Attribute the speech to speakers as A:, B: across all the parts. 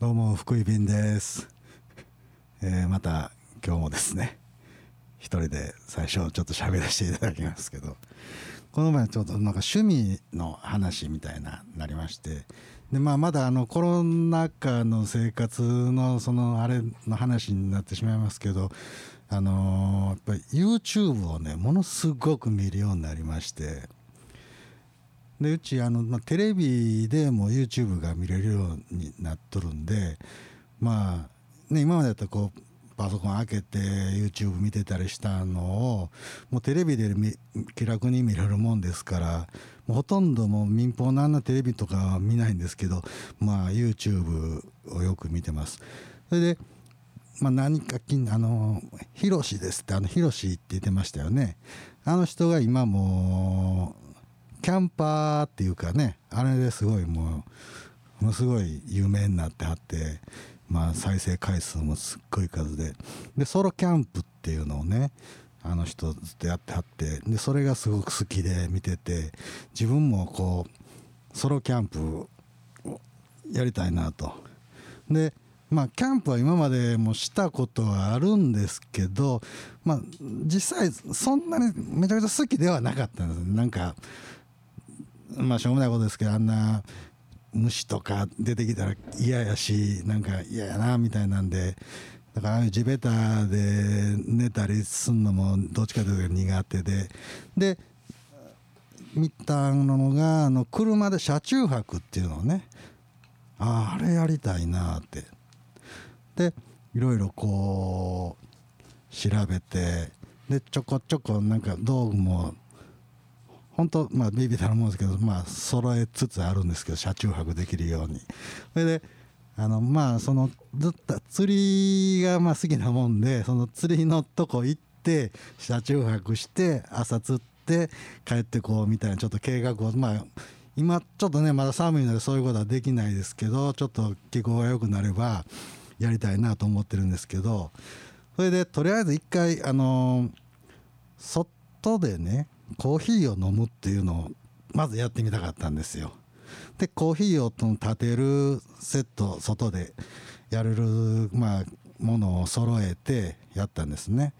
A: どうも福井便です、 えーまた今日もですね一人で最初ちょっと喋らせていただきますけどこの前ちょっとなんか趣味の話みたいななりましてで、まあ、まだあのコロナ禍の生活のそのあれの話になってしまいますけどあのーやっぱり YouTube をねものすごく見るようになりまして。でうちあの、まあ、テレビでも YouTube が見れるようになっとるんでまあね今までだったらこうパソコン開けて YouTube 見てたりしたのをもうテレビで見気楽に見れるもんですからもうほとんどもう民放のあんなテレビとかは見ないんですけどまあ YouTube をよく見てます。それでまあ、何かきんあのヒロシですってあのヒロシって言ってましたよねあの人が今もうキャンパーっていうかねあれですごいもうものすごい有名になってはって、まあ、再生回数もすっごい数ででソロキャンプっていうのをねあの人ずっとやってはってでそれがすごく好きで見てて自分もこうソロキャンプをやりたいなと。でまあキャンプは今までもしたことはあるんですけど、まあ、実際そんなにめちゃくちゃ好きではなかったんですなんかまあしょうもないことですけどあんな虫とか出てきたら嫌やしなんか嫌やなみたいなんでだからああいう地べたで寝たりすんのもどっちかというと苦手でで見たのがあの車で車中泊っていうのをねあああれやりたいなってでいろいろこう調べてでちょこちょこなんか道具も本当まあビビたるもんですけどまあ揃えつつあるんですけど車中泊できるようにそれであのまあそのずっと釣りがまあ好きなもんでその釣りのとこ行って車中泊して朝釣って帰ってこうみたいなちょっと計画をまあ今ちょっとねまだ寒いのでそういうことはできないですけどちょっと気候が良くなればやりたいなと思ってるんですけどそれでとりあえず一回あのー外でねコーヒーを飲むっていうのをまずやってみたかったんですよ。でコーヒーを立てるセット外でやれる、まあ、ものを揃えてやったんですね。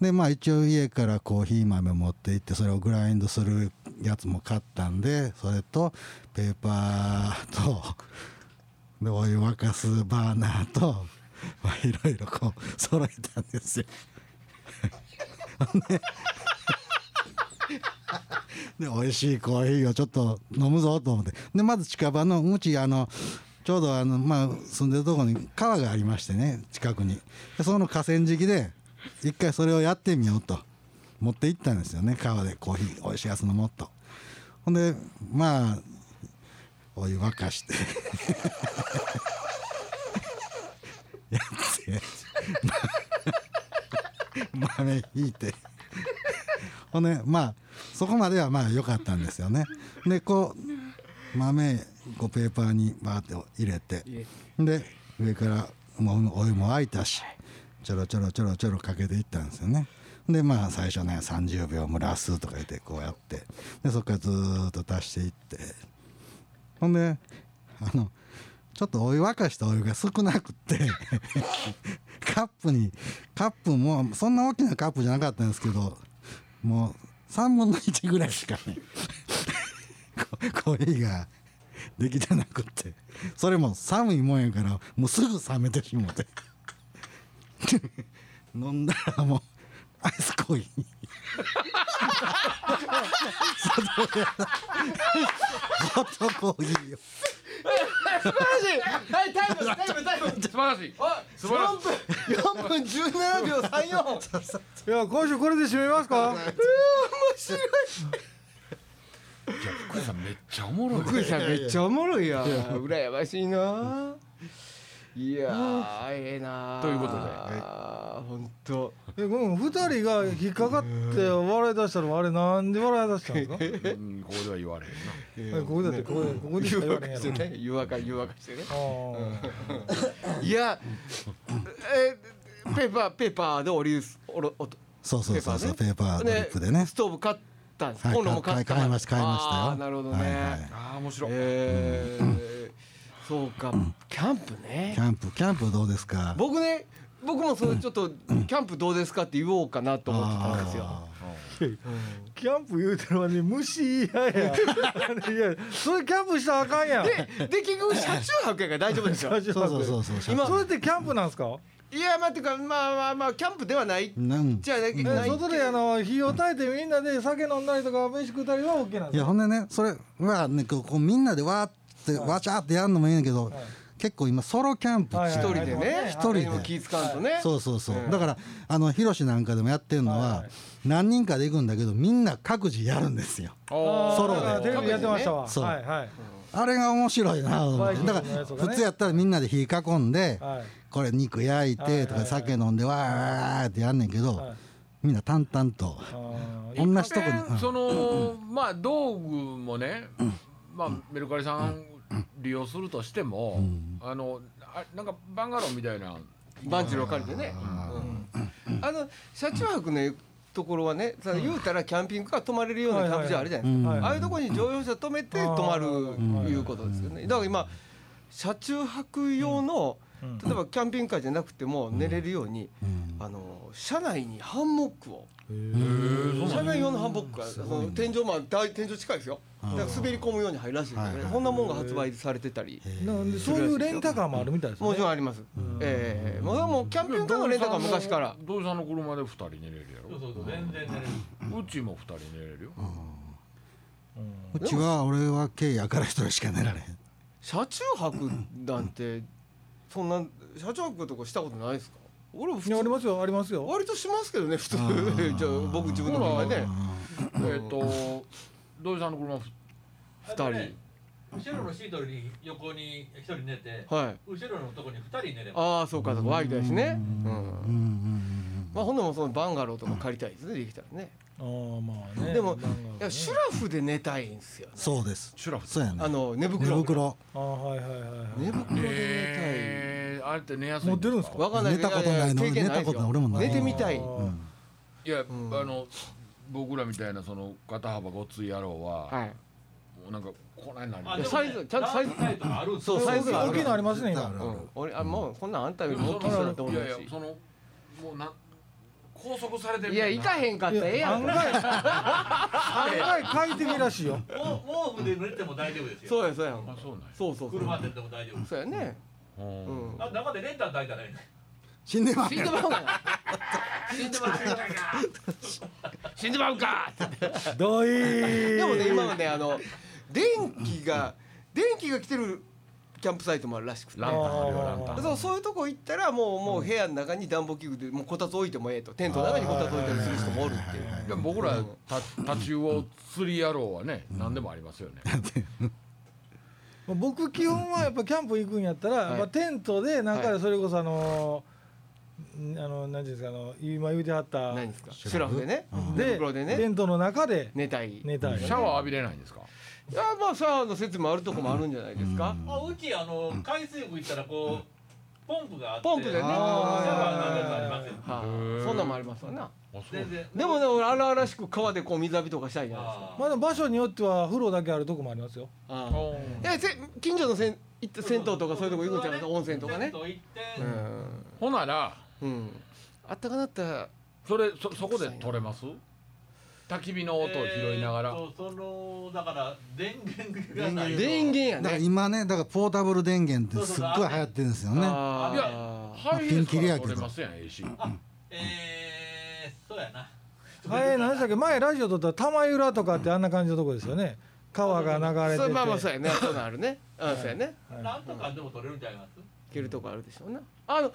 A: でまあ一応家からコーヒー豆持って行ってそれをグラインドするやつも買ったんでそれとペーパーとでお湯沸かすバーナーと、まあ、いろいろこう揃えたんですよ。で美味しいコーヒーをちょっと飲むぞと思ってでまず近場のうちあのちょうどあの、まあ、住んでるとこに川がありましてね近くにでその河川敷で一回それをやってみようと持って行ったんですよね川でコーヒー美味しいやつ飲もうとほんでまあお湯沸かしてやってま 豆ひいて。ほんでまあそこまではまあ良かったんですよね。でこう豆こうペーパーにバーって入れてで上からもうお湯も沸いたしちょろちょろちょろちょろかけていったんですよね。でまあ最初ね30秒蒸らすとか言ってこうやってでそこからずーっと足していってほんであのちょっとお湯沸かしたお湯が少なくって。 カップにカップもそんな大きなカップじゃなかったんですけどもう3分の1ぐらいしかね こコーヒーができてなくってそれも寒いもんやからもうすぐ冷めてしもて 飲んだらもうアイスコーヒーに 外でホットコーヒーを。
B: はい、タイム、タイム、タイム。
C: 素晴らしい
B: あ、
C: 素晴らしい
B: 四分、四分十七秒三四。面
C: いや今週これで締めますか
B: 白い。
C: 福井さんめっちゃおもろい
B: 福井さんめっちゃおもろいやん。羨ましいな。いやー、ええなー。
C: ということで
B: あー、本当。
D: え、ごめん、二人が引っかかって笑い出したのはあれなんで笑い出したんです か
C: うんここでは言われへんな
D: えここだってここでここでしか
B: 誘
D: 言われ
B: 惑
D: へんや
B: してね、誘惑、誘惑してね。
D: ろ
B: いや、えー、ペーパー、ペーパーで折り、おろ、おと。
A: そうそうそうそうペーパードリップで
B: ね
A: ね
B: ストーブ買ったんです。
A: はい
B: コンロも買った。
A: 買い買いました買いましたよ
B: あーなるほど
A: はいは
B: ね
A: い。
C: あー面白い
B: えーそうか、キャンプね
A: キャンプキャンプどうですか
B: 僕ね僕もそうちょっとキャンプどうですかって言おうかなと思ってたんですよ
A: あ
D: キャンプ言うてるわね虫嫌やいやそれキャンプしたらあかんやん
B: でで結局車中泊やから大丈夫ですよ
A: ーそうそうそうそう
B: 今
D: それってキャンプなんですか
B: いやまあてかまあまあまあキャンプではない
A: なん
B: じゃあね
D: え
B: ない
D: 外であの火を焚いてみんなで酒飲んだりとか飯食ったりは OK なん
A: い
D: です
A: や
D: か
A: ほんでねそれはねこうこうみんなでわーって、わちゃーってやるのもいいんやけど、結構今ソロキャンプって、
D: はい
B: 一人でね
D: 一
A: 人で
B: あれにも気使うとね
A: そうそうそう、
B: うん
A: だからあのヒロシなんかでもやってるのは、
D: はいはい
A: 何人かで行くんだけどみんな各自やるんですよ
B: あー
A: ソロで
B: だから
D: テレビやってましたわ、
A: そう
D: はいはい
A: あれが面白いなと思っ
D: バイ
A: て
D: キング
A: だ
D: の
A: か
D: や
A: ら
D: つとかね
A: 普通やったらみんなで火囲んで、
D: はい
A: これ肉焼いてと
D: はいはいは
A: か
D: い
A: 酒飲んでわーってやんねんけど、
D: はい
A: みんな淡々と
D: あ
A: 同じとこに、
C: いっぺんそのまあ道具もねまあメルカリさん利用するとしてもあのあなんかバンガローみたいな
B: バンチの借りてねうんあの車中泊のところはねさ言うたらキャンピングカー泊まれるようなキャンプ場あるじゃないですか
A: うん
D: はい
B: ああいうところに乗用車止めて
D: うん
B: 止まる
D: うん
B: いうことですよね。だから今車中泊用の
D: うん
B: 例えばキャンピングカーじゃなくても寝れるように
A: うん
B: あの車内にハンモックを車内用のハンモックがその天井まあ大天井近いですよ。だから滑り込むように入るらしいです
A: はい
B: ね
A: はい
B: こんなもんが発売されてたり。
D: ーなんでそういうレンタカーもあるみたいですね
B: もちろんあります。ええ、もうもうキャンピングカーのレンタカーは昔から。
C: 土井さんの車で二人寝れるや
E: そうそう全然寝れる
C: ろうちも二人寝れるよ
A: うちは俺は経やから一人しか寝られへん
B: 車中泊なんてそんな車中泊とかしたことないですか？俺も普
D: い
B: 通
D: やありますよありますよ
B: 割としますけどね普通
A: あー
B: じゃあ僕自分の車で
C: えっと土井さんの車ふ
B: 二
E: あ
B: 人
E: とね後ろのシートに横に一人寝て
B: はい
E: 後ろのとこに二人寝れば
B: ああそうかそうかワイドやしねう
A: うん
B: ん
A: うんうん
B: まあほんでもそのバンガローとか借りたいですねできたらね
D: あーまあね
B: でも
D: なんかね
B: いやシュラフで寝たいんですよね
A: そうです
C: シュラフ
A: そうや
B: あ
A: ね
B: の寝
A: 寝
B: 袋
A: 袋
D: あーはいはいはいはい
B: 寝袋で寝
C: えーあれって寝やすい
D: 持ってるんです
B: た
D: か
B: いわかんない
A: 寝たことないの
B: やや経験です
A: 寝
B: よ
A: たことない俺もない
B: 寝てみたい
D: あー
A: うん
C: いや、
B: ん
C: あの僕らみたいなその肩幅ごっつい野郎は、
B: はい
C: もうなんかこないなり
E: あ
C: で
E: でもね
B: サイズちゃんとサイズ
E: ダウンとかあるんですよ
B: そうサイズがある
D: 大きいのありますね
A: あ
D: 今
A: る
B: うん俺あもうこんなんあんたより
C: も
B: も大きい人だと思
C: いう
B: し
C: やいやそのもうな拘束されてる
B: いや行か
C: ん
B: へんかったらええや
D: いや
B: ん
D: 案
B: か
D: 外案外快適らしいよ
E: もう毛布で寝ても大丈夫ですよ
B: そうやそうやん
C: あそうなんや
B: そうそうそう
E: 車で寝ても大丈夫です
B: そうやねう
C: う
B: ん
C: ん
E: あ中でレンタル抱いたらいいね
A: 死んでまう
B: 死んでまうがな
E: 死んでますよ
B: 死んでまうか
D: どい
B: でもね
D: ー
B: 今はねあの電気が電気が来てるキャンプサイトもあるらしくて
C: ランタンあるよランタン
B: そうそういうとこ行ったらもうもう部屋の中に暖房器具でもうこたつ置いてもええとテントの中にこたつ置いたりする人もおるっていう
C: でも僕らたタチウオ釣り野郎はね、何でもありますよね、
D: 僕基本はやっぱキャンプ行くんやったら、
B: はい
D: まあ、テントでなん
B: は
D: か
B: い
D: それこそあのーんあの何ていうんですかあの今言うてはった
B: 何ですかシュラフでね寝
D: で
B: 袋で
D: テ
B: ね
D: ントの中で
B: 寝たい
D: 寝たい、
C: シャワー浴びれないんですか
B: いやまあシャワーの設備もあるとこもあるんじゃないですか
E: あうちあの海水浴行ったらこうポンプがあって
B: ポンプでね
E: シャワーのやつありますよ
B: はいそんなんもありますわな
C: あそう
E: 全然
B: でもね俺荒々しく川でこう水浴びとかしたいじゃないですか
E: あー
D: まあ、でも場所によっては風呂だけあるとこもありますよ
B: ああ
C: うん
B: えせ近所のせん行って銭湯とかそういうとこ行くんちゃうかな温泉とかね
E: 銭湯行って
B: うん
C: ほなら
B: うんあったかなったら
C: それそそこで取れます焚き火の音を拾いながら、
E: えーっとそのだから電源がないと
B: 電源や
A: だから
B: ね
A: 今ねだからポータブル電源ってすっごい流行ってるんですよね
B: あー
C: いやハイエースから取れますやん AC
E: えー、そうやな
D: 前何でしたっけ前ラジオ撮った玉浦とかってあんな感じのとこですよね川が流れて
B: そう
D: て
B: まあまあそうやねそうなんあるねうんそうやね
E: なんとかでも取れるんじゃないます
B: 行けるとこあるでしょうなあの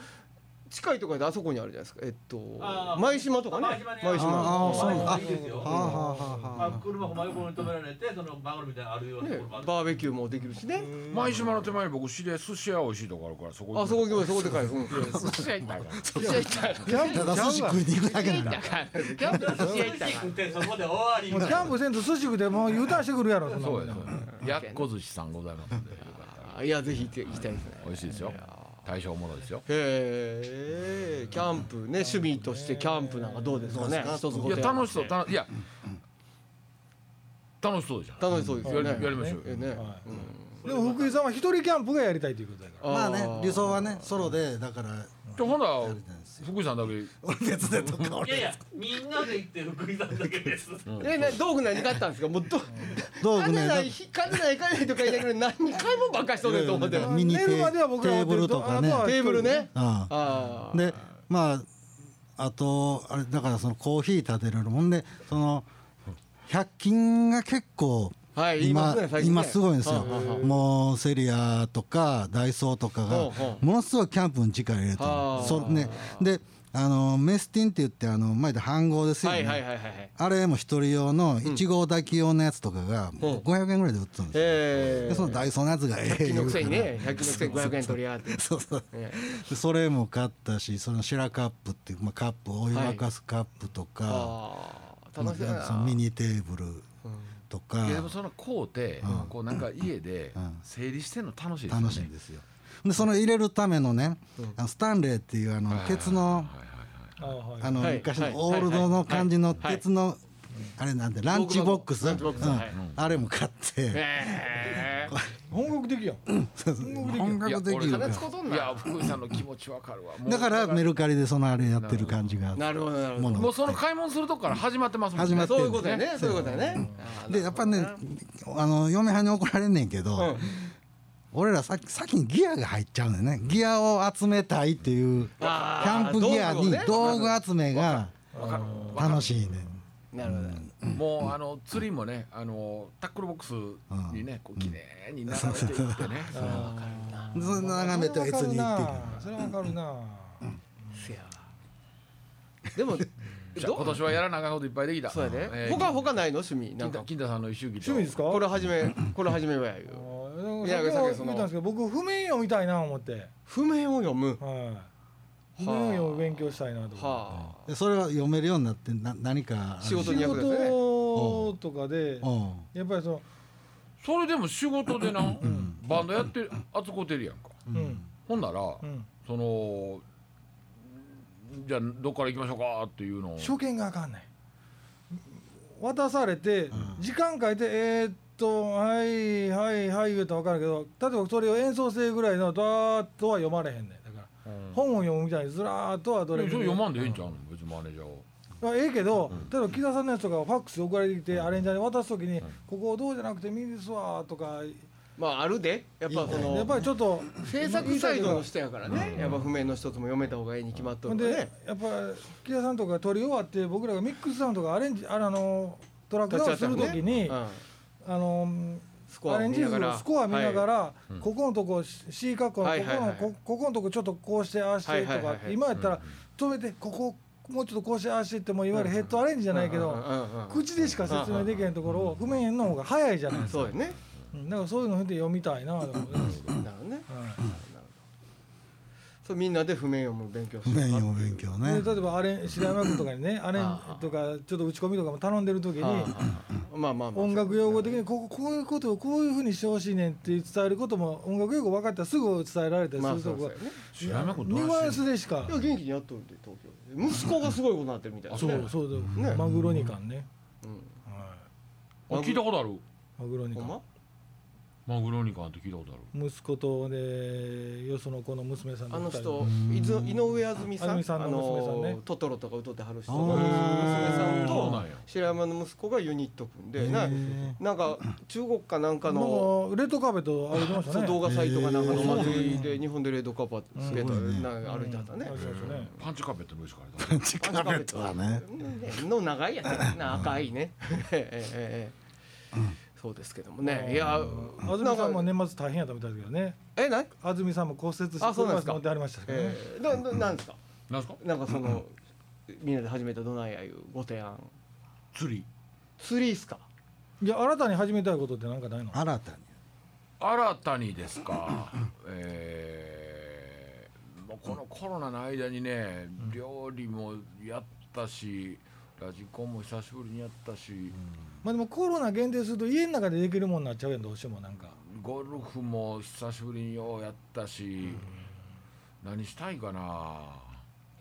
B: 近いとこやであそこにあるじゃないですかえっと
E: あー
B: 舞島とかね
E: 舞島ね
B: 舞
A: あ
B: 島
A: ーそう
E: 舞島
A: あ
E: いいですよ
A: はあはあは
E: あ車ほんま横に止められてそのバグルみたいなのあるような
B: ね
E: ところもある
B: バーベキューもできるしね
C: 舞島の手前に僕知り合い寿司屋美味しいとこあるからそこ行く
B: あそこ行けばそこでかいうん
C: 寿司屋行ったから
D: キャンプ
A: ただ
D: ちゃ
A: 寿
D: う
A: 司
D: わ
A: 食いに行くだけなんだ
B: キャンプの
E: 寿
B: 試合行
E: 司
B: ったか
E: 食ってそこで終わり
D: もうキャンプせんと寿司食ってもう U ターンしてくるやろそんな
C: そ
D: も
C: うん
D: な
C: やそうややっこ寿司さんございますんでよかったら
B: らいやぜひ行って行きたいですね
C: 美味しいですよ大将おもろいですよ
B: へえキャンプね趣味としてキャンプなんかどうですかね
A: どうですか
B: 一つご
C: いや
B: 提案
C: 楽しそうたいや楽しそうじゃん
B: 楽しそうですよ
C: や
B: ね
C: りやりましょう
B: ええね
D: は
B: うん
E: こ
D: で
E: れ
D: も福井さんは一人キャンプがやりたいということだから
A: まあね理想はねソロでだから
C: でほな
A: やりたいんですよ
C: 福井さんだけ
A: 俺別でとか
E: いやい
A: 俺
E: やみんなで行って福井さんだけです
B: えね道具何買ったんですかもうど
A: 道具
B: 金
A: ね
B: ない金ない金ないとか言いながら何回もばっかりしとると思って
A: いやい
B: テ
A: やミニテ
D: 寝るまでは僕らは
A: テーブルとかね
D: あとは
B: ーブルね
A: ああ
B: ああ
A: でまああとあれだからそのコーヒー立てるもんでその100均が結構
B: はい言いま
A: 今
B: すね最近ね
A: 今すごいんですよ
B: うんうん
A: もうセリアとかダイソーとか
B: うんう
A: が
B: ん
A: ものすごいキャンプに力入れてる
B: はあ
A: それねであのメスティンって言ってあの前で飯盒ですよ
B: はいはい
A: ね
B: はいはいはい
A: あれも一人用の1号炊き用のやつとかが500円ぐらいで売ってたんですよ
B: え
A: でそのダイソーのやつがええ
B: 100均のくせに
A: 言うから
B: ね100均のくせに500円取り合って
A: そうそう
B: え
A: でそれも買ったしそのシェラカップっていう、まあ、カップお湯沸かすカップとか、
B: あ
A: ま
B: あ楽しそうや
A: あその
B: な
A: ミニテーブルとか、
C: いやでもそのこうて、
A: うん
C: こうなんか家で
A: うん
C: 整理してんの楽しいですよね
A: 楽しいんですよ。でその入れるためのね、
B: うん
A: あのスタンレーっていうあの
C: はいはいはい
A: 鉄の
C: はいはい
D: あはい
A: あの
B: はい
A: 昔
B: は
A: の
B: い
A: オールドの感じの鉄のあれなんてランチボックス
B: ランチボックス
A: うん
B: はい
A: あれも買って
B: え
D: 本格的やん
A: そうそう本
C: はい
A: 格的
C: い
A: よ
C: や俺いや福井さんの気持ちわかるわもう
A: だからメルカリでそのあれやってる感じが
B: えなるほどなるほ
A: も
B: ど
A: の
C: もうその買い物するとこから始まってますもんね
A: 始まっ
B: そういうことやねそういうことやねああ
A: でやっぱねあの嫁はんに怒られんねんけど、
B: うん
A: 俺らさ先にギアが入っちゃうのよねギアを集めたいっていうキ
B: あー
A: ャンプギアに道具
B: 道具をね
A: 集めが
C: わかるわか
A: 楽しいね
B: なるほど
C: るもうあの釣りもねあのタックルボックスにねこう綺麗に並べていってね
D: あ
A: んそんな眺めてはいつに行ってい
D: なそれはわかるな
B: せやわでも
C: じゃあ今年はやらなあかんこといっぱいできた
B: そうや
C: え
B: で
C: ー
B: 他他ないの趣味な
C: 金
B: ん
C: 田
B: か
C: 金田さんの一周忌
D: 趣
C: と
D: 味ですか
B: これ始めこれ始めようやいう
D: あ
B: いや
D: ー
B: さ
D: さ
B: っ
D: っ
B: き
D: き
B: そ
D: そ
B: の
D: の見たんですけど僕譜面読みたいな思って
B: 譜面を読む
D: はい譜面読む勉強したいなと思
B: は
A: くでそれは読めるようになってな何かある
B: 仕
D: って
B: 事に
D: 仕
B: 役立つね
D: 事とかで
A: うん
D: やっぱりその
C: それでも仕事でなバンドやってる扱うてるやんか
D: うん
C: ほんなら
D: うん
C: そのじゃあどっから行きましょうかっていうのを
D: 初見があかんない渡されて時間書いてえーっとはいはいはい言うたら分かるけど例えばそれを演奏性ぐらいのだーっとは読まれへんねんだから
C: うん
D: 本を読むみたいにずらーっとはど
C: で
D: れ
C: もそれ読まんでええんちゃうの別にマネージャーを
D: まあええけど、例えば木田さんのやつとかファックスで送られてきて、アレンジャーに渡すときに、ここをどうじゃなくて右ですわとか、
B: あまああるでやっぱそ
D: やっぱ
B: の
D: りちょっと
B: 制作サイドの人やからねやっぱ譜面の一つも読めた方がいいに決まっと
D: ほ
B: る
D: ん
B: から
D: で
B: ね
D: やっぱ木田さんとか取り終わって僕らがミックスサウンドとかアレンジあのあのトラックダウンするときに、
B: うん
D: あの
B: スコ
D: ア
B: ア
D: レ
B: を
D: ン
B: 見
D: ジ
B: な
D: 図
B: がら
D: のスコア見ながら、
B: は
D: ここのとこ C カッコの
B: はい
D: こ
B: はい
D: こ
B: は
D: の
B: い
D: こここのとこちょっとこうしてああしてとか、
B: はいはいはいはい
D: 今やったら止めてここもうちょっとこうしてああしてってもういわゆるヘッドアレンジじゃないけど、
B: うんうんうんうん
D: 口でしか説明できへんところを譜面の方が早いじゃないですか
B: そうやね
D: うんだからそういうの見て読みたいなと思います。
B: なるほどね
D: は
B: そうみんなで譜面読む勉強す
A: 譜
B: る
A: 面読む勉強
D: い
A: ね
D: で例えばあれ白山君とかにねあれ
B: ああ
D: とかちょっと打ち込みとかも頼んでる時に
B: まあまあまあ
D: 音楽用語的にこここういうことをこういうふうにしてほしいねんっていう伝えることも音楽用語分かったらすぐ伝えられたり
B: まあ
D: す
B: そ
D: る
B: う
D: と
B: そう
D: こ
B: やね
C: 知らなく
D: ニュアンスでしか
B: いや元気にやっとるで東京で息子がすごいことになってるみたいなね
D: そうそうそう、
B: ね
D: マグロニカンね、
B: うん
D: は
C: 聞いたことある
D: い、マグロニ
B: ほ
D: カ
B: んま
D: ン
C: マグロニカンって聞いたことある
D: 息子とでよその子の娘さんと
B: あの
D: 二人
B: 人伊豆井上あずみさ
D: あず
B: ん
D: みさんの娘さんね
B: あのトトロとか歌ってはる人
A: あ
B: の
A: ー
B: 娘さん
C: そう
B: と
C: なんや
B: 白山の息子がユニット組んで
A: へ
B: な
A: ー
B: なんか中国かなんかの
D: もうレッドカーペット歩いてまし
B: そ
D: た
B: う
D: ね
B: 動画サイトかなんかの
A: へー
B: 祭りで日本でレッドカーパーペット
A: うん
B: なんか歩いてはったね
D: うん歩いてましたね
C: パンチカーペットの上しかあれだ
A: チカベットはね
B: の長いやつやな赤いねええええそうですけどもねいや
D: 安住さんも年末大変やったみたいですけどね
B: えな
D: 安住さんも骨折して
B: あそうなんです
D: 車椅子
B: か
D: 乗ってありましたけどね
B: ええなななんですか
C: なんすか
B: なんかそのみんなで始めたどないやいうご提案
C: 釣り
B: 釣りっすか
D: いや新たに始めたいことってなんかないの
A: 新たに
C: 新たにですかえーもうこのコロナの間にね料理もやったしラジコンも久しぶりにやったし
D: まあでもコロナ限定すると家の中でできるもんなっちゃうやんどうしてもなんか
C: ゴルフも久しぶりにようやったし何したいかな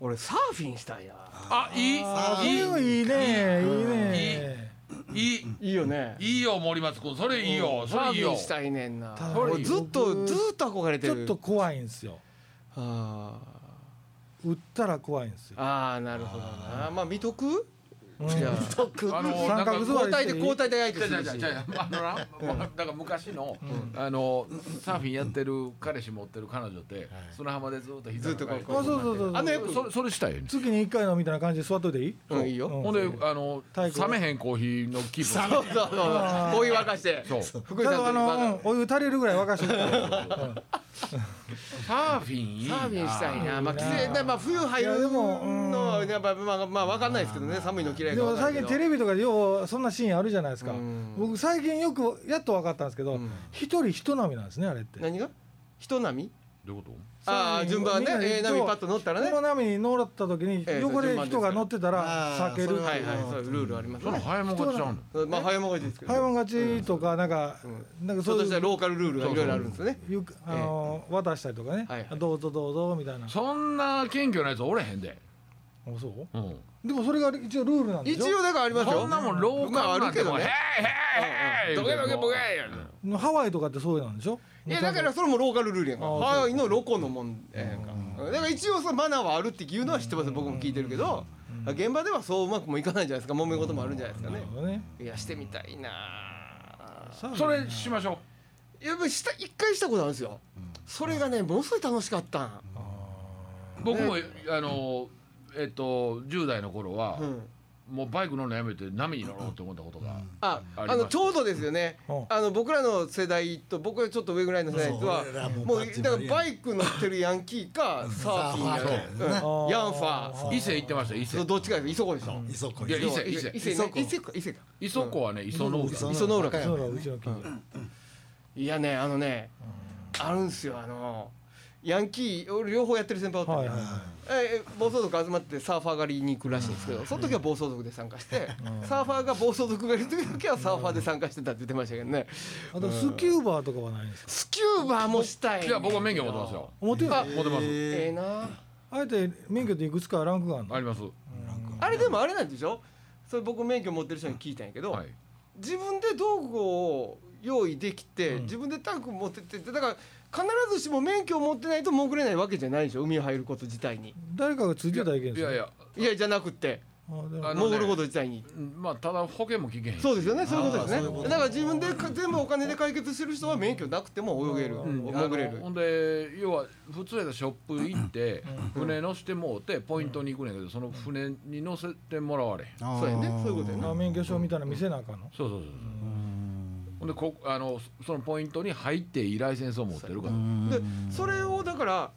B: 俺サーフィンしたいな
C: あいい
D: あ
C: いい
D: ーいいねいいね
C: いい
B: いいよね
C: いいよ森松君それいいよそ
B: サー
C: れいい
B: フィ
C: よ
B: ンしたいねんな
D: ただ
B: 俺ずっと
D: 僕
B: ずっと憧れて
D: ち
B: る
D: ょっと怖いんですよ
B: あ
D: 売ったら怖いんです
B: ー
D: よ
B: あーなるほどなまあ見とく
D: うん
B: じゃあ
C: あの
D: 三角
C: なんか
D: 座
B: 交
D: り
B: 代で交代で相
C: じゃ
B: 手す
C: じゃ
B: る
C: じゃ
B: し
C: じゃあのな、だから昔の、あのサーフィンやってる彼氏持ってる彼女って砂浜でずっと膝
B: ずっとこう
D: あそうそうそう
B: あの役
C: それそれしたいよね。
D: 月に一回のみたいな感じで座っといていい
B: うんいいよ
D: うん
C: ほんであの
D: 太鼓
C: 冷めへんコーヒーの気分。
B: そうそうそうこういう沸かして
C: そう
B: 福
D: ち
B: 井
D: ゃん
B: さん
D: とあ
B: と
D: の、うんお湯足りるぐらい沸かして
C: サーフィンいい
B: サ
C: な。
B: ーフィンしたいなまあ季節でまあ冬入
D: いやで
B: る
D: もうん
B: のはやっぱまあまあわかんないですけどね寒いの嫌い
D: で
B: かわ
D: も
B: かんな
D: 最
B: いけ
D: 近
B: ど
D: テレビとかでようそんなシーンあるじゃないですか
B: うん
D: 僕最近よくやっと分かったんですけど
B: ん
D: 一人一波なんですねあれって
B: 何が人波
C: どういうこ
B: ああ順番ね
D: みんなで
B: A 波パッと乗ったらね
D: この波に乗った時に
B: ええ
D: 横で
B: 順番です
D: 人
B: から
D: が乗ってたら避けるって
B: はい
D: いう
B: はいそういうルールありま
C: と？
B: す
C: その
B: ね
C: 早いもん勝ちちゃうの。
B: まあ早もがちですけど
D: 早もん勝ちとかなんかなんか
B: ちょ
D: そ
B: っ
D: う
B: とし
D: い
B: た
D: う
B: ローカルルールがいろいろあるんですよね
D: ゆくあの渡したりとかね
B: はいはい
D: どうぞどうぞみたいな
C: そんな謙虚なやつおれへんで。
D: あそう
C: うん。
D: でもそれが一応ルールなんでし
B: 一
D: ょ
B: 応だからありますよ
C: そんなもん廊
B: まあ
C: 下
B: あ
C: なん
B: る
C: て
B: けど
C: もうヘイ
B: ね
C: ヘイヘイ。
B: うん
C: ど
B: うん
C: けどけボケや。
D: ハワイとかってそうなんでしょ
B: いやだからそれもローカルルールやんか
D: あ
B: ら
D: ー
B: ハワイのロコのもんやんかだから一応そのマナーはあるっていうのは知ってます僕も聞いてるけど現場ではそううまくもいかないんじゃないですか揉め事もあるんじゃないですか
D: な
B: ね
D: るほどね
B: いやしてみたいなぁ
D: さあ
C: それしましょ
B: いやっぱした一回したことあるんですよそれがねものすごい楽しかったん
C: う。僕もあのえっと10代の頃は
B: う。ん
C: もうバイク乗るのやめて波に乗ろうと思ったことが、
B: あ、
C: あり
B: あ
C: まし
B: の
C: た
B: ちょうどですよね
D: うん。
B: あの僕らの世代と僕はちょっと上ぐらいの世代とは
A: そう俺らもう
B: もう
A: バッチリ
B: だからバイク乗ってるヤンキーかサーフィンやね
A: サーフィンやね
B: うんヤンファ
D: あ
B: ー
D: ー。
C: 伊勢行ってました伊勢
B: そうどっちかです。磯子でしょ。
A: 磯子
C: いや伊勢
B: 伊勢伊勢ね伊勢か伊勢か。
C: 磯子はね磯の浦
B: 磯の浦か
D: そうだうちの近所
B: いやねあのねあるんすよあのヤンキー俺両方やってる先輩おったん
D: はい
B: で
D: はい
B: えー暴走族集まってサーファー狩りに行くらしいんですけどその時は暴走族で参加してサーファーが暴走族狩りの時はサーファーで参加してたって言ってましたけどね
D: あとスキューバーとかはないんですか
B: スキューバーもしたいね
C: いや僕は免許持ってますよ
D: 持ってる
B: あ
C: 持ってます、
B: ええな
D: あえて免許でいくつかランクがあるの
C: あります
B: あれでもあれなんでしょそれ僕免許持ってる人に聞いたんやけど、
C: はい
B: 自分で道具を用意できて、自分でタンク持ってってだから必ずしも免許を持ってないと潜れないわけじゃないでしょ海に入ること自体に
D: 誰かがついてたらいけん
C: い
D: すよ
C: やいや
B: いやじゃなくって
D: あでも
C: あのね
B: 潜ること自体に、
C: うんまあただ保険も聞けへん
B: そうですよねそういうことです
A: あーそう
B: ね
A: いうこと
B: だから自分でか全部お金で解決してる人は免許なくても泳げる、
C: うん
B: 潜れ
C: あの
B: る
C: ほんで要は普通やったらショップ行って船乗してもうてポイントに行くねんけどその船に乗せてもらわれへん
B: そうやねそういうことやね
D: あ免許証みたいなの見せなあかんの
C: そうそうそうそうほんでこあのそのポイントに入っていいライセンスを持ってるから
B: でそれをだから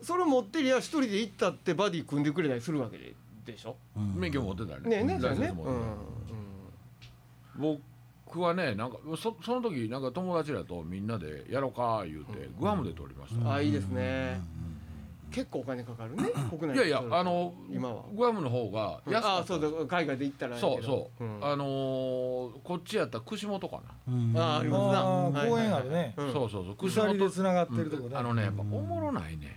B: それ持ってりゃ一人で行ったってバディ組んでくれたりするわけででしょ
C: 免許持ってたよ
B: ねえね
C: ね
B: え
C: ラ
B: だ
C: イセン
B: ね
C: ス
B: う
C: 持
B: ん
C: ってた僕はねなんかそその時なんか友達らとみんなでやろうか言うてグアムで撮りました、
B: あいいですね。結構お金かかるね、国内
C: いやいや
B: で撮ると
C: あの
B: 今は。
C: グアムの方が安
B: あ
C: か
B: あ
C: った
B: そうだ海外で行ったら
C: そうそう、
B: んあ
C: あのーこっちやったら串本か
B: あありますな
D: あ
B: は
D: ー
B: い
D: 公
B: はい
D: 園
B: は
D: あ
B: い
D: るね
C: な、
B: うん
C: そうそうそう串
D: 鎖で繋がってるとこ
C: う
D: ね
C: んあのねやっぱおもろないね、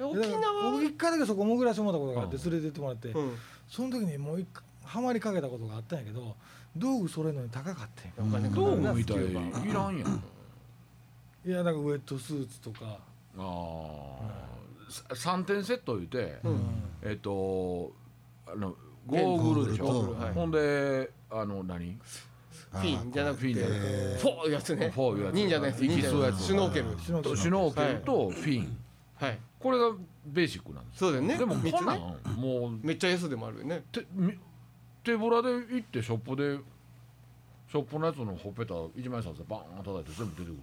B: 沖縄
D: 僕一回だけそこ潜らしてもらったことがあって
C: う
D: 連れてってもらって
B: うん
D: その時にもう一回ハマりかけたことがあったんやけど道具それのに高かったんや
B: お金か
C: ど
B: か
C: う
B: るな
C: みたい
B: スキューバー
C: いらんやん
D: いやなんかウェットスーツとか
C: あーさ3点セット言うて、えっ、とあのゴーグルでしょ
A: ゴ
B: ーグルとはい
C: ほんであの何
B: フィンじゃなく
C: フィ
B: て
C: ンじゃなく
B: フォーやつね
C: フォーいうやつ
B: 忍者のやつ忍者のや
C: 息吸うやつ
B: つシュノーケル
D: シュノーケ
C: と
D: ル
C: シュノーケルとフィン、
B: はい
C: これがベーシックなんです
B: そうだよね
C: でも
B: 三
C: こ
B: つ
C: んなん
B: ね
C: もう
B: めっちゃ安でもあるよね
C: てみ手ぶらで行ってショップでショップのやつのほっぺた一枚札でバーン叩いて全部出て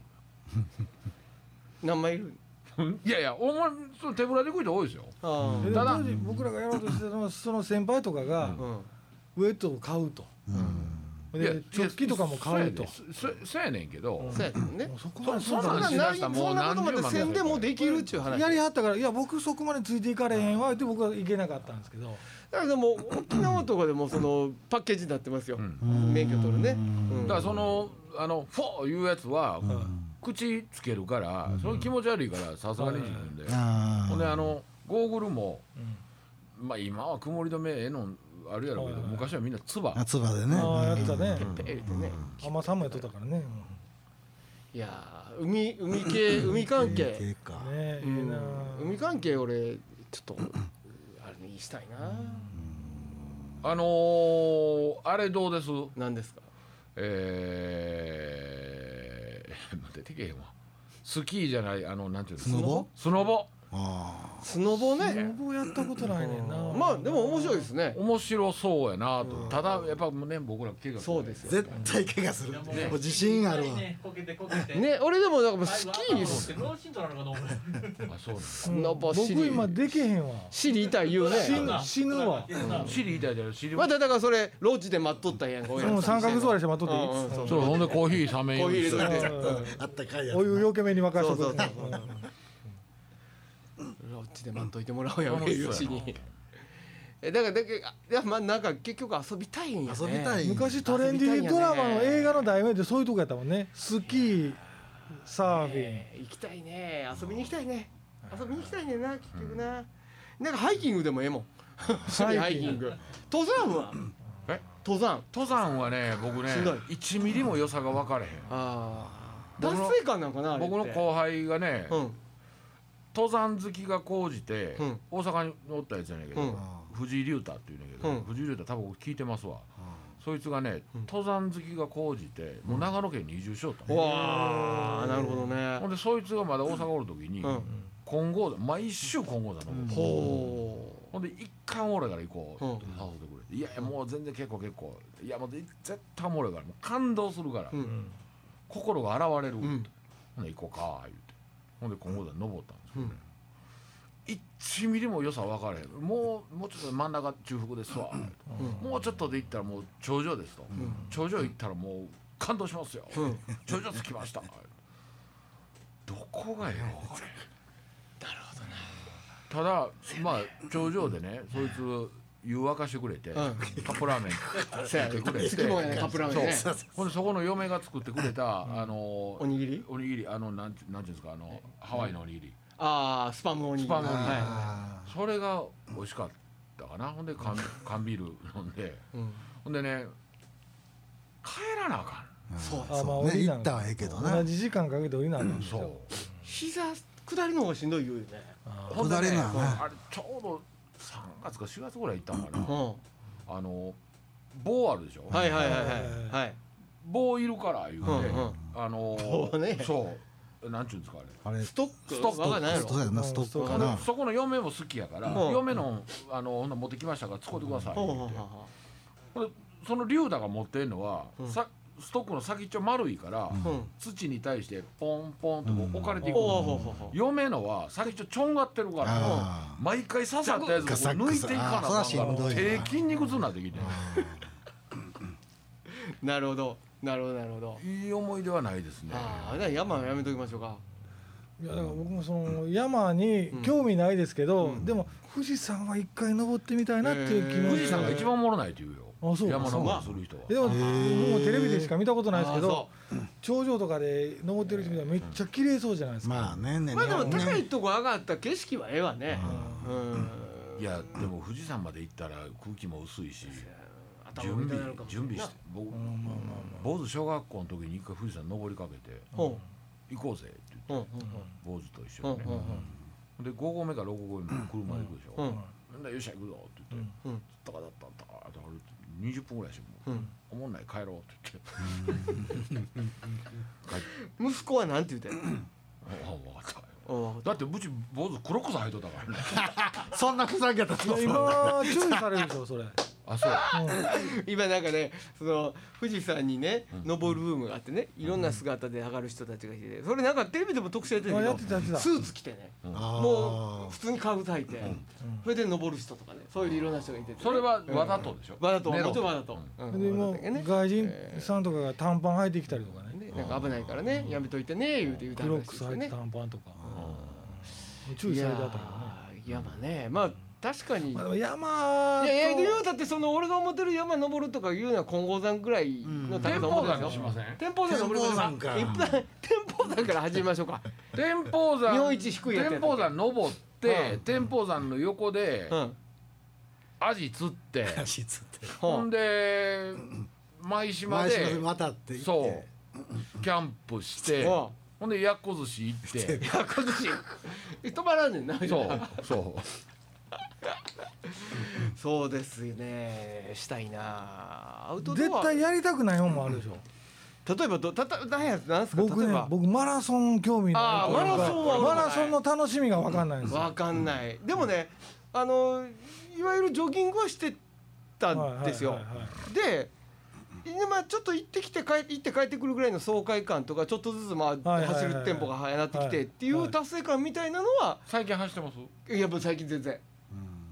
B: 何枚いる
C: くるいやいやお前その手ぶらで行く人多いですよ
B: あ
D: で
C: ただ
D: 当時僕らがやろうとしてたのはその先輩とかが
B: あうん
D: ウェットを買うと
C: いや
D: でチョッキとかも買うと
C: いやそやでそそやねんけど、
B: そうやけどね
D: もうそこま
C: そ
D: で
C: そん
B: そ
C: なん
B: な
C: んし
B: な
C: だ
B: い
C: し
B: そん
C: たらもう
B: なこと
C: 何十
B: ま
C: 万
B: でせんでもできるっちゅう話
D: やりはったからいや僕そこまでついていかれへんわって僕は行けなかったんですけど
B: だからでも沖縄とかでもそのパッケージになってますよ、
C: ん
B: 免許取るね、うん
C: だからそのあのフォーいうやつは、口つけるから、それ気持ち悪いからさすがに自分で、
A: あ
C: ほんであのゴーグルも、まあ今は曇り止めええのあるやろうけど
D: はいはい
C: 昔はみんなつば
A: あつばでね
D: ああやってたね
A: うん
B: ペーってね
D: 甘さんもやっとったからね、
B: いやー海海系海関係
A: 系か
D: うん、ねえ、
B: う
D: ええ
B: ん
D: な
B: 海関係俺ち ょっとあれにしたいな
C: あのー、あれどうです
B: 何ですか
C: えー、 出てけへんわスキーじゃないあのなんていうの
A: スノボ
C: スノボ
A: あ
B: スノボね
D: スノボやったことないねんな
B: まあでも面白いですすね
C: 面白そうやなとただやっぱもうね僕ら怪我
B: そうです
A: ー
B: よ
A: 絶対怪我する
E: いやもう
A: もう自信あるわ
E: ねこけてこけて
B: ね俺でもなんかもう
E: はい
B: スキー
E: わあ脳震盪なのかと思う
C: あそうなん
B: スノボシ
D: 僕
B: リ
D: 今できへんわ
B: 尻痛い言うね
D: 死ぬ死ぬわ
C: 知り痛いだよ知り
B: まだだからそれロッジで待っとったんやんこういう
D: もう
B: やつ
D: 三角座りして待っとっていい、
B: うんうんそう
C: そうほんでコーヒー冷め
B: コーヒー入れといて
D: うん
A: あったかいやつ
D: お湯よけめに任せと
B: そうそ
D: く
B: うそうロッジで待っといてもらおうや
C: うん
B: 俺よしにえだからだけどあいやまあなんか結局遊びたいんやね
A: 遊びたい
D: 昔トレンディードラマの映画の題名でそういうとこやったもんねスキーサーフィン
B: ねえ行きたいね遊びに行きたいね遊びに行きたいねんな結局ななんかハイキングでもええもん趣味ハイキング登山は
C: え
B: 登山
C: 登山はね僕ね
B: しんどい
C: 1ミリも良さが分かれへん
B: ああ
C: 僕
B: 達
C: の
B: 成感なんかなあれって
C: 僕の後輩がね
B: うん
C: 登山好きが高じて
B: うん
C: 大阪におったやつやねんけ
B: う
C: ど
B: ん
A: あ
C: 藤井龍太っていうんだけ
B: うん
C: ど藤井龍太多分僕聞いてますわ
A: ーあ
C: そいつがね
B: うん
C: 登山好きが高じてもう長野県に移住しよった
B: うわあなるほど
C: ほ
B: ね
C: んでそいつがまだ大阪おる時に
B: うん
C: 金剛山毎週金剛山登って
B: ほ
C: ほんで一回おもろいから行こうって
B: うん
C: 誘ってくれて「いやいやもう全然結構結構いやもう絶対おもろいからもう感動するから
B: ううん
C: 心が洗われる」
B: うん
C: ほんで行こうか」言うてほんで金剛山登ったんです
B: う
C: よ
B: ん
C: 1ミリも良さ分からへんもうもうちょっと真ん中中腹ですわ言うてもうちょっとで行ったらもう頂上ですと
B: ん
C: 頂上行ったらもう感動しますよ
B: うん
C: 頂上着きましたどこがよなるほどただまあ頂上でねそいつ湯沸かしてくれて、
B: ん
C: カップラーメン
B: せや
C: 作ってくれて
B: 好きもんやねカップラーメンね
C: そうほんでそこの嫁が作ってくれた、あの
B: おにぎり
C: おにぎりあのなんてなんていうんですかあのハワイのおにぎり
B: ああスパムおにぎり
C: スパムおにぎり
B: は
A: あ
C: それが美味しかったかなほんで缶缶ビール飲んで
B: いうん
C: ほんでね帰らなあかん
A: ー
B: そう
D: あまあ
A: そうね
D: 降りな
A: 行
D: んか
A: ったはええけど
D: 同
A: ね
D: じ時間かけて降りなあかん
C: そう
B: 膝下りの方がしんどい言うよね
C: ほんで
A: 下
C: ね
A: りなんやな
C: あれちょうど3月か4月ぐらい行ったんかな、
B: う
C: あの棒あるでしょ、
B: んはいはいはいはいはい
C: 棒いるから言うて、
B: うんうん
C: あの
B: 棒ね
C: そうなんちゅうんですかあれ
A: あれ
B: ストック
C: ストック
B: わかんないや
A: ストック
B: ろ
A: やなストックか
B: うん
A: な
C: そこの嫁も好きやから、
B: うん
C: 嫁のあのほんなら持ってきましたから使ってください、
B: ほう
C: 言
B: ほう
C: うて
B: ほうほ
C: ほんでその龍太が持ってんのは、
B: うん
C: さストックの先っちょ丸いから、
B: ううん
C: 土に対してポンポンとこう置かれていく
B: ほう
C: の、
B: ほうほうほう
C: 嫁のは先っちょちょんがってるから、
A: あー
C: 毎回刺さったやつをこう抜いていかなあ
A: ガサックスあーそら
C: か
A: し
C: んか
A: んど
C: ら
A: いな
C: 手筋肉痛になってきて
B: なるほどなるほどなるほど
C: いい思い出はないですね
B: ああじゃあ山はやめときましょうか
D: いやだから僕もその山に興味ないですけど、でも富士山は一回登ってみたいなっていう気持ち
C: 富士山が一番おもろないと言うよ
D: あそう
C: 山登りする人
D: で
C: は
D: ももうテレビでしか見たことないですけ
B: あー
D: ど
B: そ
D: 頂上とかで登ってる人見たらめっちゃ綺麗そうじゃないですか、
A: まあねね
B: うまあでも
A: ね
B: 高いとこ上がった景色はええわねうん
C: いやでも富士山まで行ったら空気も薄いし
B: 頭
C: 準
B: みたいになる
C: 備
B: かもしれん
C: 準
B: な
C: 備して僕坊主小学校の時に一回富士山登りかけて
B: ほ
C: 行こうぜって言って
B: うほ
C: 坊主と一
B: うほう
C: 緒
B: ほうほう
C: にね
B: ほ
C: で5合目か6合目の車で行くでし
B: う
C: ょ
B: ん
C: なんだよっしゃ行くぞって言って
B: うん
C: タカタタタカって歩いて20分ぐらいして
B: う
C: もう
B: ん
C: おもんない帰ろうって
B: うん息子はなんて言うてんの
C: 言って「あ分かった」
B: うん
C: だってうち坊主黒くさ入っとったからね
A: そんなふざけた
D: いや今注意されるでし ょそれ、
C: あそう
B: 今なんかねその富士山にね登るブームがあってねいろんな姿で上がる人たちがいてそれなんかテレビでも特集やってる
D: あ
B: け
D: や
B: ど
D: ってたやってた
B: スーツ着てねも
A: も
B: う普通に家具履いてそれで登る人とかねそういういろんな人がいててね
C: それはわざとでしょ
B: わざとも
C: ネ
B: ち
C: ロ
B: ろんわざとうん
D: でも
B: わざとやね
D: 外人さんとかが短パン履いてきたりとか
B: ね
D: ね
B: なんか危ないからねやめといてね言うて言うて
D: 黒
B: 話
D: く
B: して
D: 履いて
B: ね
D: 短パンとか、注
B: い
D: 意さ
B: や
D: れてあったけどね
B: ーいやまあねまあ確かにい
D: まあ、でも山と
B: やいや言うたってその俺が思ってる山登るとかいうのは金剛山ぐらいの高
C: 天
B: さ
C: 保
B: 登る
C: 山
B: で
C: にし
B: しょ
C: ません
B: 天保山登りましょう
A: 天保山か
B: 一旦天保山から始めましょうか
C: 天保山
B: 日本一低いやつやった
C: 天保山登って、
B: うん
C: 天保山の横で、
B: うん
C: アジ釣って
A: 足つって
C: ほんで舞島
A: 前島
C: で
A: で渡って行って
C: そうキャンプして
B: うん
C: ほんでやっこ寿司行って
B: いや今年止まらんねんな
C: そうそ
B: そうですねしたいなアウトド
D: 絶
B: ア
D: 対やりたくない本もあるでしょ
B: 例えばどたた何や何すか
D: 僕
B: 例え
D: ね
B: ば
D: 僕マラソン興味ない
B: あー
D: というか
B: マラソンは俺もな
D: マ
B: い
D: ラソンの楽しみが分かんないんですよ
B: わかんないでもねあのいわゆるジョギングはしてたんですよ
D: はいはいはいはい
B: ででまあ、ちょっと行ってきて帰行って帰ってくるぐらいの爽快感とかちょっとずつまあ
D: はいはいはい
B: 走るテンポが速なってき
D: は
B: て
D: い
B: っていう達成感みたいなのは
C: う最近走ってます
B: いやもう最近全然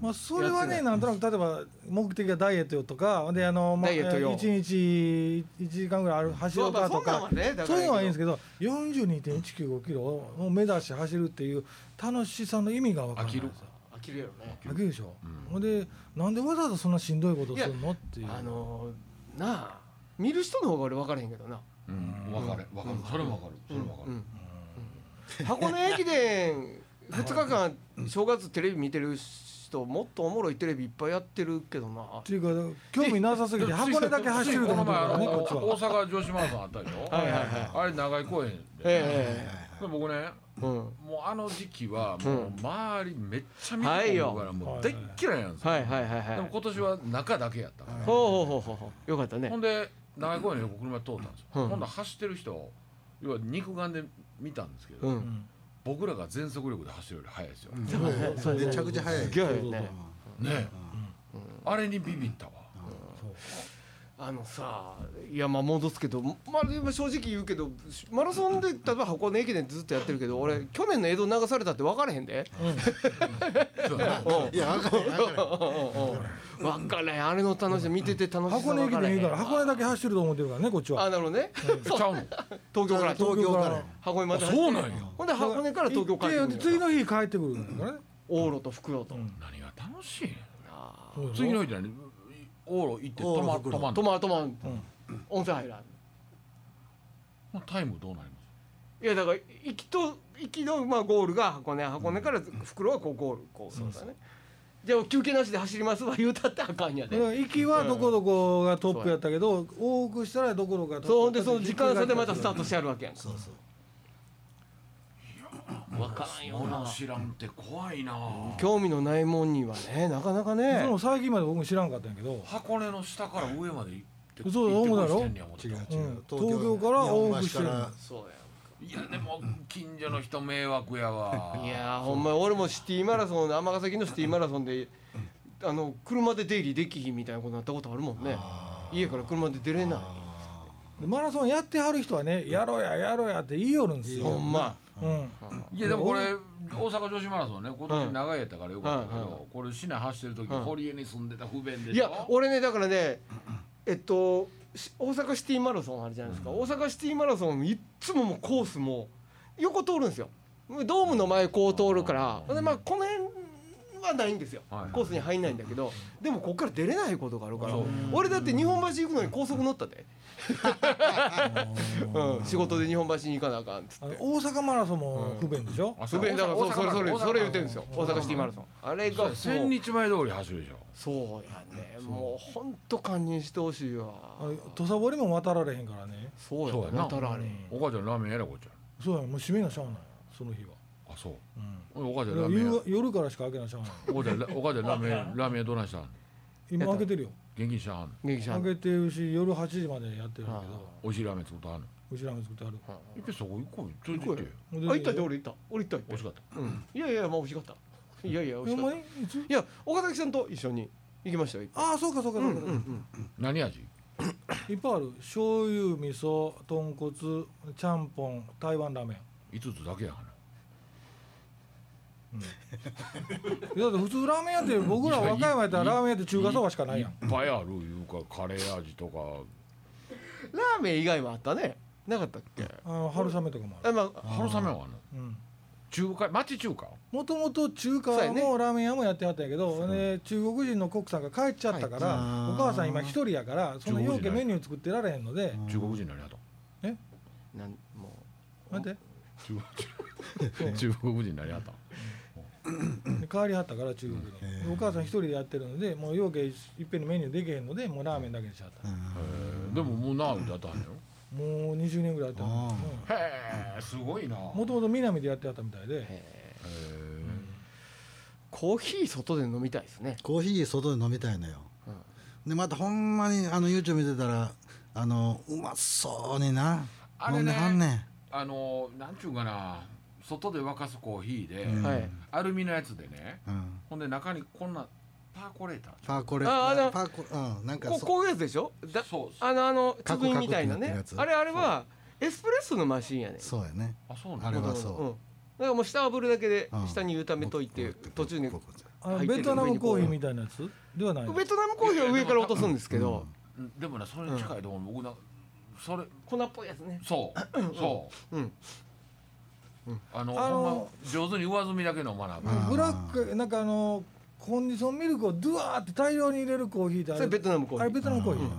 D: まあ、それは
B: やって
D: ね
B: な
D: なんとなく例えば目的がダイエットよとかであの、まあ、
B: ダイエットよ
D: 1日1時間ぐらいある走ろうかと
B: まあまあそんな
D: か
B: んはねだから
D: そういうのはいいんですけど42.195キロを目指して走るっていう楽しさの意味が分からないんですよ
B: 飽きるやろね
D: 飽きるでしょ、ほんでなんでわざわざそんなしんどいことするのっていう
B: あのなあ見る人の方が俺分からへんけどな、
C: うん分かる分かるそれ分かるそれ分か
B: う
C: る
B: ん箱根駅伝2日間正月テレビ見てる人もっとおもろいテレビいっぱいやってるけどな
D: っていうか興味なさすぎて箱根だけ走ると思ってるからね
C: この
D: こっち
C: 前あの大
D: は。
C: 阪女子マラソンあったでしょ
B: はいはいはい
C: あれ長い公園で
B: え
C: で僕ね
B: えうん
C: もうあの時期はもう周りめっちゃ見
B: はい
C: て
B: よ
C: るからもう大っ嫌いなんですよ
B: はいはいはいはい
C: でも今年は中だけやったから
B: ほうほうほうほうよかった
C: ほ
B: ね
C: んで長い公園の横車通ったんですよ
B: うん
C: 今度走ってる人を要は肉眼で見たんですけ
B: う
C: ど
B: ん
C: 僕らが全速力で走るより速いですよ
A: そうね
B: そうね
A: めちゃくちゃ速い
B: すげえよね
C: ねあれにビビったわ
B: あのさいやまあ戻すけど、まあ、今正直言うけどマラソンで例えば箱根駅伝ずっとやってるけど俺去年の映像流されたって分からへんで
A: いやわかるわかる
B: 分からへんあれの楽しさ見てて楽しさ
D: 箱根
B: 分
D: 駅
B: からへ
D: 伝
B: ん
D: いいから箱根だけ走ると思ってるからねこっちは。
B: あなるほどね
C: ちゃうの
B: 東京から
A: 東京から
B: 箱根ま
C: あ
B: で
C: そうなんや
B: ほんで箱根から東京帰ってく
D: 行
B: る
D: って
B: ん
D: 次
B: や
D: の日帰ってくるからね。
B: 往路と福路と、
C: 何が楽しいねん
B: あ
D: そうよ
C: 次の日じゃない往路行って止ま
A: 往路
C: 止ま
B: ー
C: ん
B: 泊
C: の
B: まん泊まん、温泉入らん
C: タイムどうなりま
B: いやだから行きと行きのまあゴールが箱根箱根から福路はこうゴールこうそうだね、じゃあ休憩なしで走りますわ言うたってあかんや
D: だ
B: で
D: から行きはどこどこがトップやったけど往復したらどこどこがトップ
B: そうほんでその時間差でまたスタートしててあるわけやんか
A: そうそう
B: 分からん
C: す
B: よな
C: 物知らんって怖いな
B: 興味のないもんにはねなかなかね
D: も最近まで僕も知らんかったんやけど
C: 箱根の下から上まで行って
D: 嘘だ
C: 行って
D: そう
C: こい
D: だろ
C: してんねや思って
A: 違う違う
D: うん東京から往復してる
A: 日本橋から
B: そうや
C: いやでも近所の人迷惑やわ
B: いやーほんま俺もシティマラソン尼崎のシティマラソンであの車で出入りできひんみたいなことになったことあるもんね家から車で出れない
D: でマラソンやってはる人はねやろうややろうやって言いよるんです
B: ほ
D: よ、
B: んま
D: うん、
C: いやでもこれ大阪女子マラソンね今年長いやったからよかったけ
B: はいは
C: どこれ市内走ってる時
B: うん
C: 堀江に住んでた不便で
B: い
C: しょ
B: や俺ねだからねえっとし大阪シティマラソンあるじゃないですか、大阪シティマラソンいっつももうコースも横通るんですよドームの前こう通るから、でまあこの辺はないんですよ、
C: はいはい
B: コースに入んないんだけどでもこっから出れないことがあるから
C: そう
B: 俺だって日本橋行くのに高速乗った で、うん、仕事で日本橋に行かなあかんっつ
D: あ
B: っ
D: の
B: て
D: 大阪マラソンも不便でしょ、
C: あ
B: 不便だからそうそれそれそれ言ってるんですよ大阪シティマラ
C: ソ
B: ソンあれがもう
C: 千日前通り走るでしょ
B: そうやねもうほんと堪忍してほしいわ
D: あの土佐堀も渡られへんからね
B: そうや
C: そうやな
B: 渡られへん
C: お母ちゃんラーメンやれこっちゃ
D: そうやもう閉めなしゃあないその日は、
C: んあそう
D: う
C: お母ちゃんラー
D: ん、
C: メン
D: 夜
C: 屋
D: 夜からしか開けなしゃあない
C: お母ちゃんラお母ちゃんラーメンラーメン屋どないしたん
D: 今開けてるよ
C: 現金しはんの
B: 元気ちゃ
D: 開
B: んい
D: けてるし夜8時までやってるんだけ
B: は
D: ど
C: おいしいラーメン作ったはんの
D: うちらが作ってある
C: いっぺんそこ行こうよ連れてってよ
D: あ
B: あ行ったで俺行った俺行ったよ
C: 美味しかった
B: うんいやいやまあ美味しかったいやいや美味
D: ほ
B: し
D: ん
B: かっ
D: ま
B: た
D: に
B: い
D: いつ
B: や岡崎さんと一緒に行きましたよいっぱい
D: ああそうかそうかそうか、そうか
C: 何味
D: いっぱいある醤油味噌豚骨ちゃんぽん台湾ラーメン
C: 五つだけやか
D: いやだって普通ラーメン屋って僕ら和歌山やったらラーメン屋って中華そばしからない
C: い
D: や
C: っ
D: ん
C: ぱいあるいうかカレー味とか
B: ラーメン以外もあったねなかったっけ
D: あの春雨とかもある
B: あまあ
C: 春雨はあんの
D: うん
C: 中華町中華
D: もともと中華
B: そうやね
D: もラーメン屋もやってはったんやけど、ね、中国人のコックさんが帰っちゃったか
A: 帰っちゃ
D: ら、
A: った
D: お母さん今一人やからそのよ
C: 中国
D: う
C: 人
D: けメニュー作ってられへんので
C: 中国人のやと
B: なんもう
D: 待って
C: 中国人になりはったん
D: 変わりはったから中国に、
A: うん
D: お母さん一人でやってるのでもう養鶏いっぺんにメニューできへんのでもうラーメンだけにしちゃった、
C: でももう何だったんだよ
D: もう20年ぐらいやってる
A: あ
C: へえすごいな
D: もともと南でやってはったみたいで、
B: コーヒー外で飲みたいですね
A: コーヒー外で飲みたいのよ、でまたほんまにあの YouTube 見てたらあのうまそうにな
C: あ
A: 飲
C: れね
A: んではんねん
C: あのなんちゅうかな外で沸かすコーヒーで、
A: うん
B: はい
C: アルミのやつでね
A: うん、
C: ほんで中にこんなパーコレーター
A: パーコレ
B: ああの
A: パーコうんなんか
B: こう
A: そ
B: こういうやつでしょだ
C: そう
B: あのあの
A: カクカ
B: 角
A: ク
B: 飲みたいな
A: ってな
B: ね
A: ってるやつ
B: あれあれはエスプレッソのマシンやねん
A: そうやね
C: あそう
A: あ
C: な
A: れ
C: の
A: は
B: う
A: そ
B: んだからもう下炙るだけで
A: うん
B: 下に炒めといて途中に
A: ここ
D: あの
B: 入ってる
D: ベトナムコーヒーみたいなやつではないの
B: ベトナムコーヒーは上から落とすんですけど
C: うんでもねそれに近いと思う、僕なそれ
B: 粉っぽいやつね
C: そうそう、
B: うん
C: あの
D: あの
C: ほんま上手に上積みだけ飲まなあかん
A: うん
D: ブラックなんかあのコンディションミルクをドゥワーって大量に入れるコーヒーってあ
B: それ
D: れ
B: ベトナムコ
D: あ
B: ー
D: れ
B: ヒー
D: ベトナムコーヒー、
A: うん
D: うん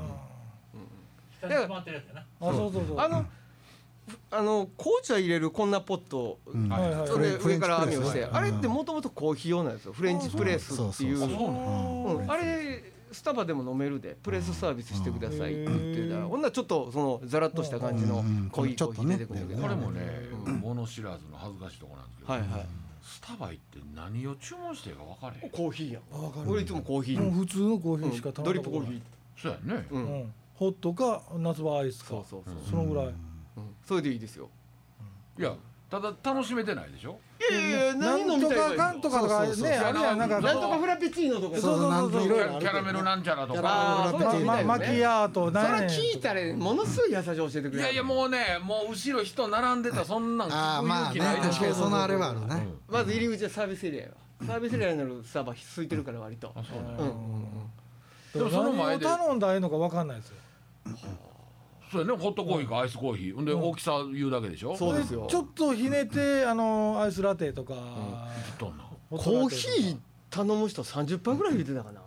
E: 下に詰まってるやつやな
D: あそうそうそう
B: あのあの紅茶入れるこんなポット
A: うん
C: はい
D: はい
B: それ上から網をし
A: フレンチプ
B: て
A: レスね
B: あれってもともとコーヒー用なんですよフレンチプレスっていう
A: そうそう
C: そう
A: そう
B: うんあれスタバでも飲めるでプレスサービスしてくださいって言ってた
D: う
B: ら
D: ん
B: ほんならちょっとそのザラッとした感じ
A: う
B: の
A: ん
B: 濃い
A: ち
B: コ
A: ょ
B: ー
A: っ
B: ヒ
A: と
B: ー
A: ね
B: 出てくるんだけど
C: これ
A: うん
C: もね、
B: うん
C: 物知らずの恥ずかしいとこなんですけど、
B: はいは
C: スタバ行って何を注文していいか分かれへ
B: い
C: ん
B: コーヒーやん
D: あわか
B: 俺
D: る
B: いつもコーヒー
D: もう普通のコーヒーし
B: う
D: か
B: ん
D: 頼
B: ド
D: ん
B: リ
D: だ
B: ップコ
D: こと
B: ー
D: ない
B: ヒ
C: そうやね、
B: ーう
D: うんんホットか夏場アイスか
B: そうそうそう
D: そのぐらい、
B: うんそれでいいですよ
C: いやただ楽しめてないでしょ
B: いやいやいや何飲
D: と
B: みたい
D: かか
B: か
D: んとかとか
A: そうそう
D: ね
A: そう
D: あれやんなんか
B: なんとかフラペチーノとか
D: そうそう
A: なんと
D: そう
A: い
C: キ
A: ろいろあ
C: ャ
A: るけ
C: キャ
A: どね
C: ラメルなんちゃらと
A: キャラメル
C: か
B: あー
A: フラペチー
D: ま
A: ノ
D: ま
B: そう
D: マキアート
B: それ
D: なんやねん
B: 聞いたらものすごい優しい教えてくれる
C: いやいやもうねもう後ろ人並んでたらそんなん
A: あ
C: 聞
A: あ
C: く
A: ま
C: 勇
A: あ
C: 気
A: ね
C: ないで
A: 確
C: し
A: か
C: ょ
A: にそのあれはあるね
B: まず入り口はサービスエリアやわサービスエリアになるスタバ空いてるから割と
C: あそうね
B: うんうん
D: で
C: でも
D: も
C: その
D: 何
C: 前
D: を
C: で
D: 頼んだらええのかわかんないですよ
C: そうやねホットコーヒーかアイスコーヒーほんで大きさ言うだけでしょ
B: そうですよ
D: ちょっとひねてあのアイスラテとか、
C: どんな
B: コ
D: ホットラ
B: ー
D: テとか
B: ヒー頼む人30杯ぐらい入れてたかな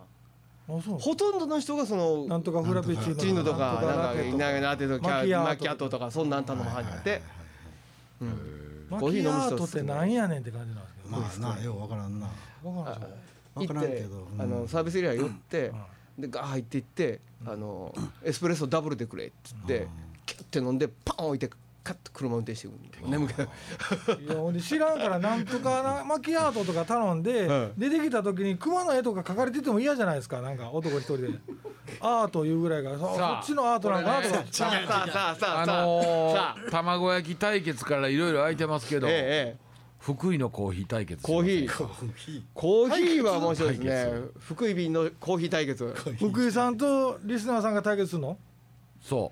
D: あそう
B: ほとんどの人がその
D: なんとかフラペチ
B: チー
D: ー
B: ノ
D: ノ
B: とかなん
D: ラ
B: か
D: テと
B: ななてとか
D: マキアート
B: マキアートとかそんなん頼むはんやって
D: マ
B: コーヒー
D: キ
B: 飲む
D: ア
B: 人
D: ー
B: っすね
D: トってなんやねんって感じなんですけど、
A: まあなようわからんな
D: わからんない
A: わ
B: 行
A: から
B: っ
A: んけ
B: て
A: ど
B: あのサービスエリア寄ってでガー入っていってあのエスプレッソダブルでくれっつってキュッて飲んでパン置いてカッと車運転してくるみたいな眠気が
D: いやほんで知らんからなんと かなマキアートとか頼んで、出てきた時に熊の絵とか描かれてても嫌じゃないですかなんか男一人 でアートいうぐらいからそ
C: さあ
D: そっちのアートなんかなとか、
C: これね
B: さあさあさあさ
C: あ
B: あさ
C: の
B: さあ
C: ー、卵焼き対決からいろいろ空いてますけど、
B: ええええ
C: 福井のコーヒー対決します
B: コーヒーコーヒーは面白いですね福井便のコーヒー対決
D: 福井さんとリスナーさんが対決するの
C: そ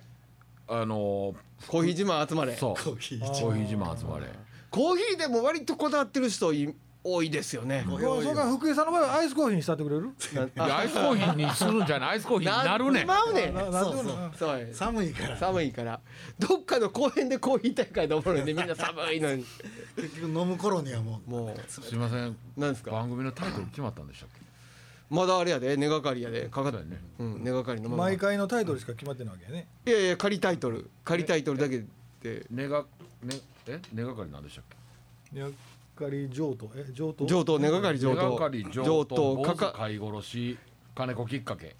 C: うあの
B: コーヒー自慢集まれ
C: ー、そう
A: コ
C: コ
A: ー
C: ー
A: ヒ
C: ヒ
A: ー
C: ー
A: 自
C: 自慢集まれ
B: コーヒーでも割とこだわってる人い多いですよね。
D: そうそうか福井さんの場合はアイスコーヒーにしたってく れる
C: いやアイスコーヒーにするんじゃないアイスコーヒーになるねん
B: なうねん。
D: ななんでも
A: そうそう
D: な
B: そうや
A: 寒いから
B: 寒いからどっかの公園でコーヒー大会でおもろいねみんな寒いのに
A: 結局飲む頃にはもう
B: も
C: すいません
B: うなんですか
C: 番組のタイトル決まったんでしたっけ
B: まだあれやで根がかりやでかか
C: そう
B: っ
C: やね
B: うん根がかりのまま
D: 毎
B: い
D: 回のタイトルしか決まってないわけやね
B: やいや仮タイトル仮タイトルだけで
C: 根がねえ根がかりなんでしたっけ
D: やっかり上等え上等
B: 上等根がかり上
C: 根がか
B: 等
C: り
B: 上
C: 上
B: 等
C: 等
B: か
C: かか
B: か
C: 買い殺し金子きっかけ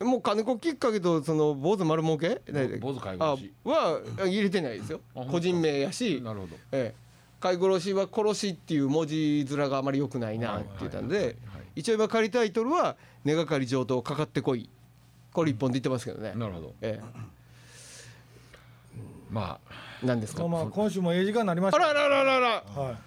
B: もう金子きっかけとその坊主丸儲け
C: 坊主買い
B: あ
C: 殺し
B: は入れてないですよ
C: あほんと
B: 個人名やし
C: なるほど
B: ええ、買い殺しは殺しっていう文字面があまり良くないなって言ったん
C: はいは
B: で
C: いはいはい
B: 一応今仮タイトルは「根がかり上等かかってこい」これ一本で言ってますけどね、
C: なるほど
B: え
C: ま
B: え、なんですか
D: まあまあ今週もええ時間になりまし
B: あ
D: た
B: らあらあらあらあら
D: は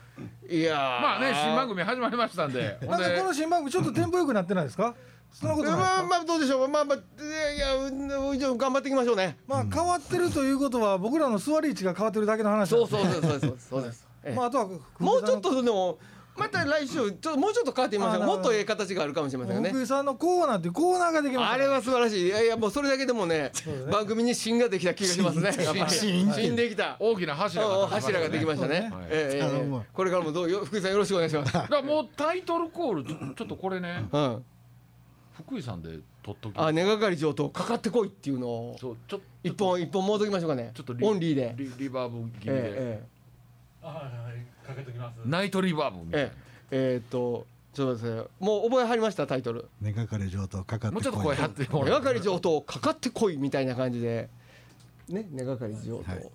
D: い
B: いや
C: あ
B: ー
C: まあね新番組始まりましたんでほ
D: なんんか
C: で
D: この新番組ちょっとテンポ良くなってないですかそんなことないです
B: まあ
D: か
B: まあどうでしょうまあまあいやいやうんうん頑張っていきましょうね
D: まあ変わってるということは僕らの座り位置が変わってるだけの話なんです
B: そうそうそうそうそうそうです、ええ
D: まああとは
B: もうちょっ
D: 福井
B: とでもまた来週ちょっともうちょっと変わってみましょう
D: あな
B: も
D: るほ
B: っ
D: ど
B: とええ形があるかもしれま
D: さ
B: せん
D: ん
B: よね
D: の福井さんのコーナーっていうコーナーができました
B: あれは素晴らしい。いやいやもうそれだけでもね、
D: ね
B: 番組に芯ができた気がしますね。 やっぱり芯できた。
C: 大きな柱が立ちましたね
B: 柱ができましたね
C: はい。
B: ええ
A: あの
B: ええ
A: もう
B: これからもどうよ福井さんよろしくお願いし ます。
C: だからもうタイトルコールちょちょっとこれね
B: うん。
C: 福井さんで取っとき
B: あ根がかり上等かかってこいっていうのを
C: そうちょ
B: 一本一本戻りましょうかね。
C: ちょっとリ
B: オンリーで。
C: リリバーブ気味で、
B: ええええ。
E: はいはいかけときます
C: ナイトリバーブみたいな
B: えええーっとちょっとですねもう覚えはりましたタイトル
A: 寝かかれ上等かかってこい
C: もうちょっと声張って
B: 「
C: も
B: 根
C: ら
B: が
C: う
B: かり上等かかってこい」みたいな感じでね根がかり上等、
A: はい
E: い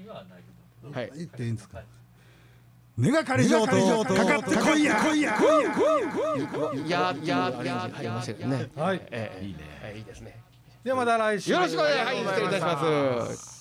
E: 今はないけど
B: はい
A: 言っていいんですか
E: はい
A: 寝がかれ上等かかってこいや
B: いやいやいや入りましたけどね
D: はい
B: ええ
C: いいね
B: はいいいですね
D: ではまた来週
B: よろしくお願い、はい、失礼いたします。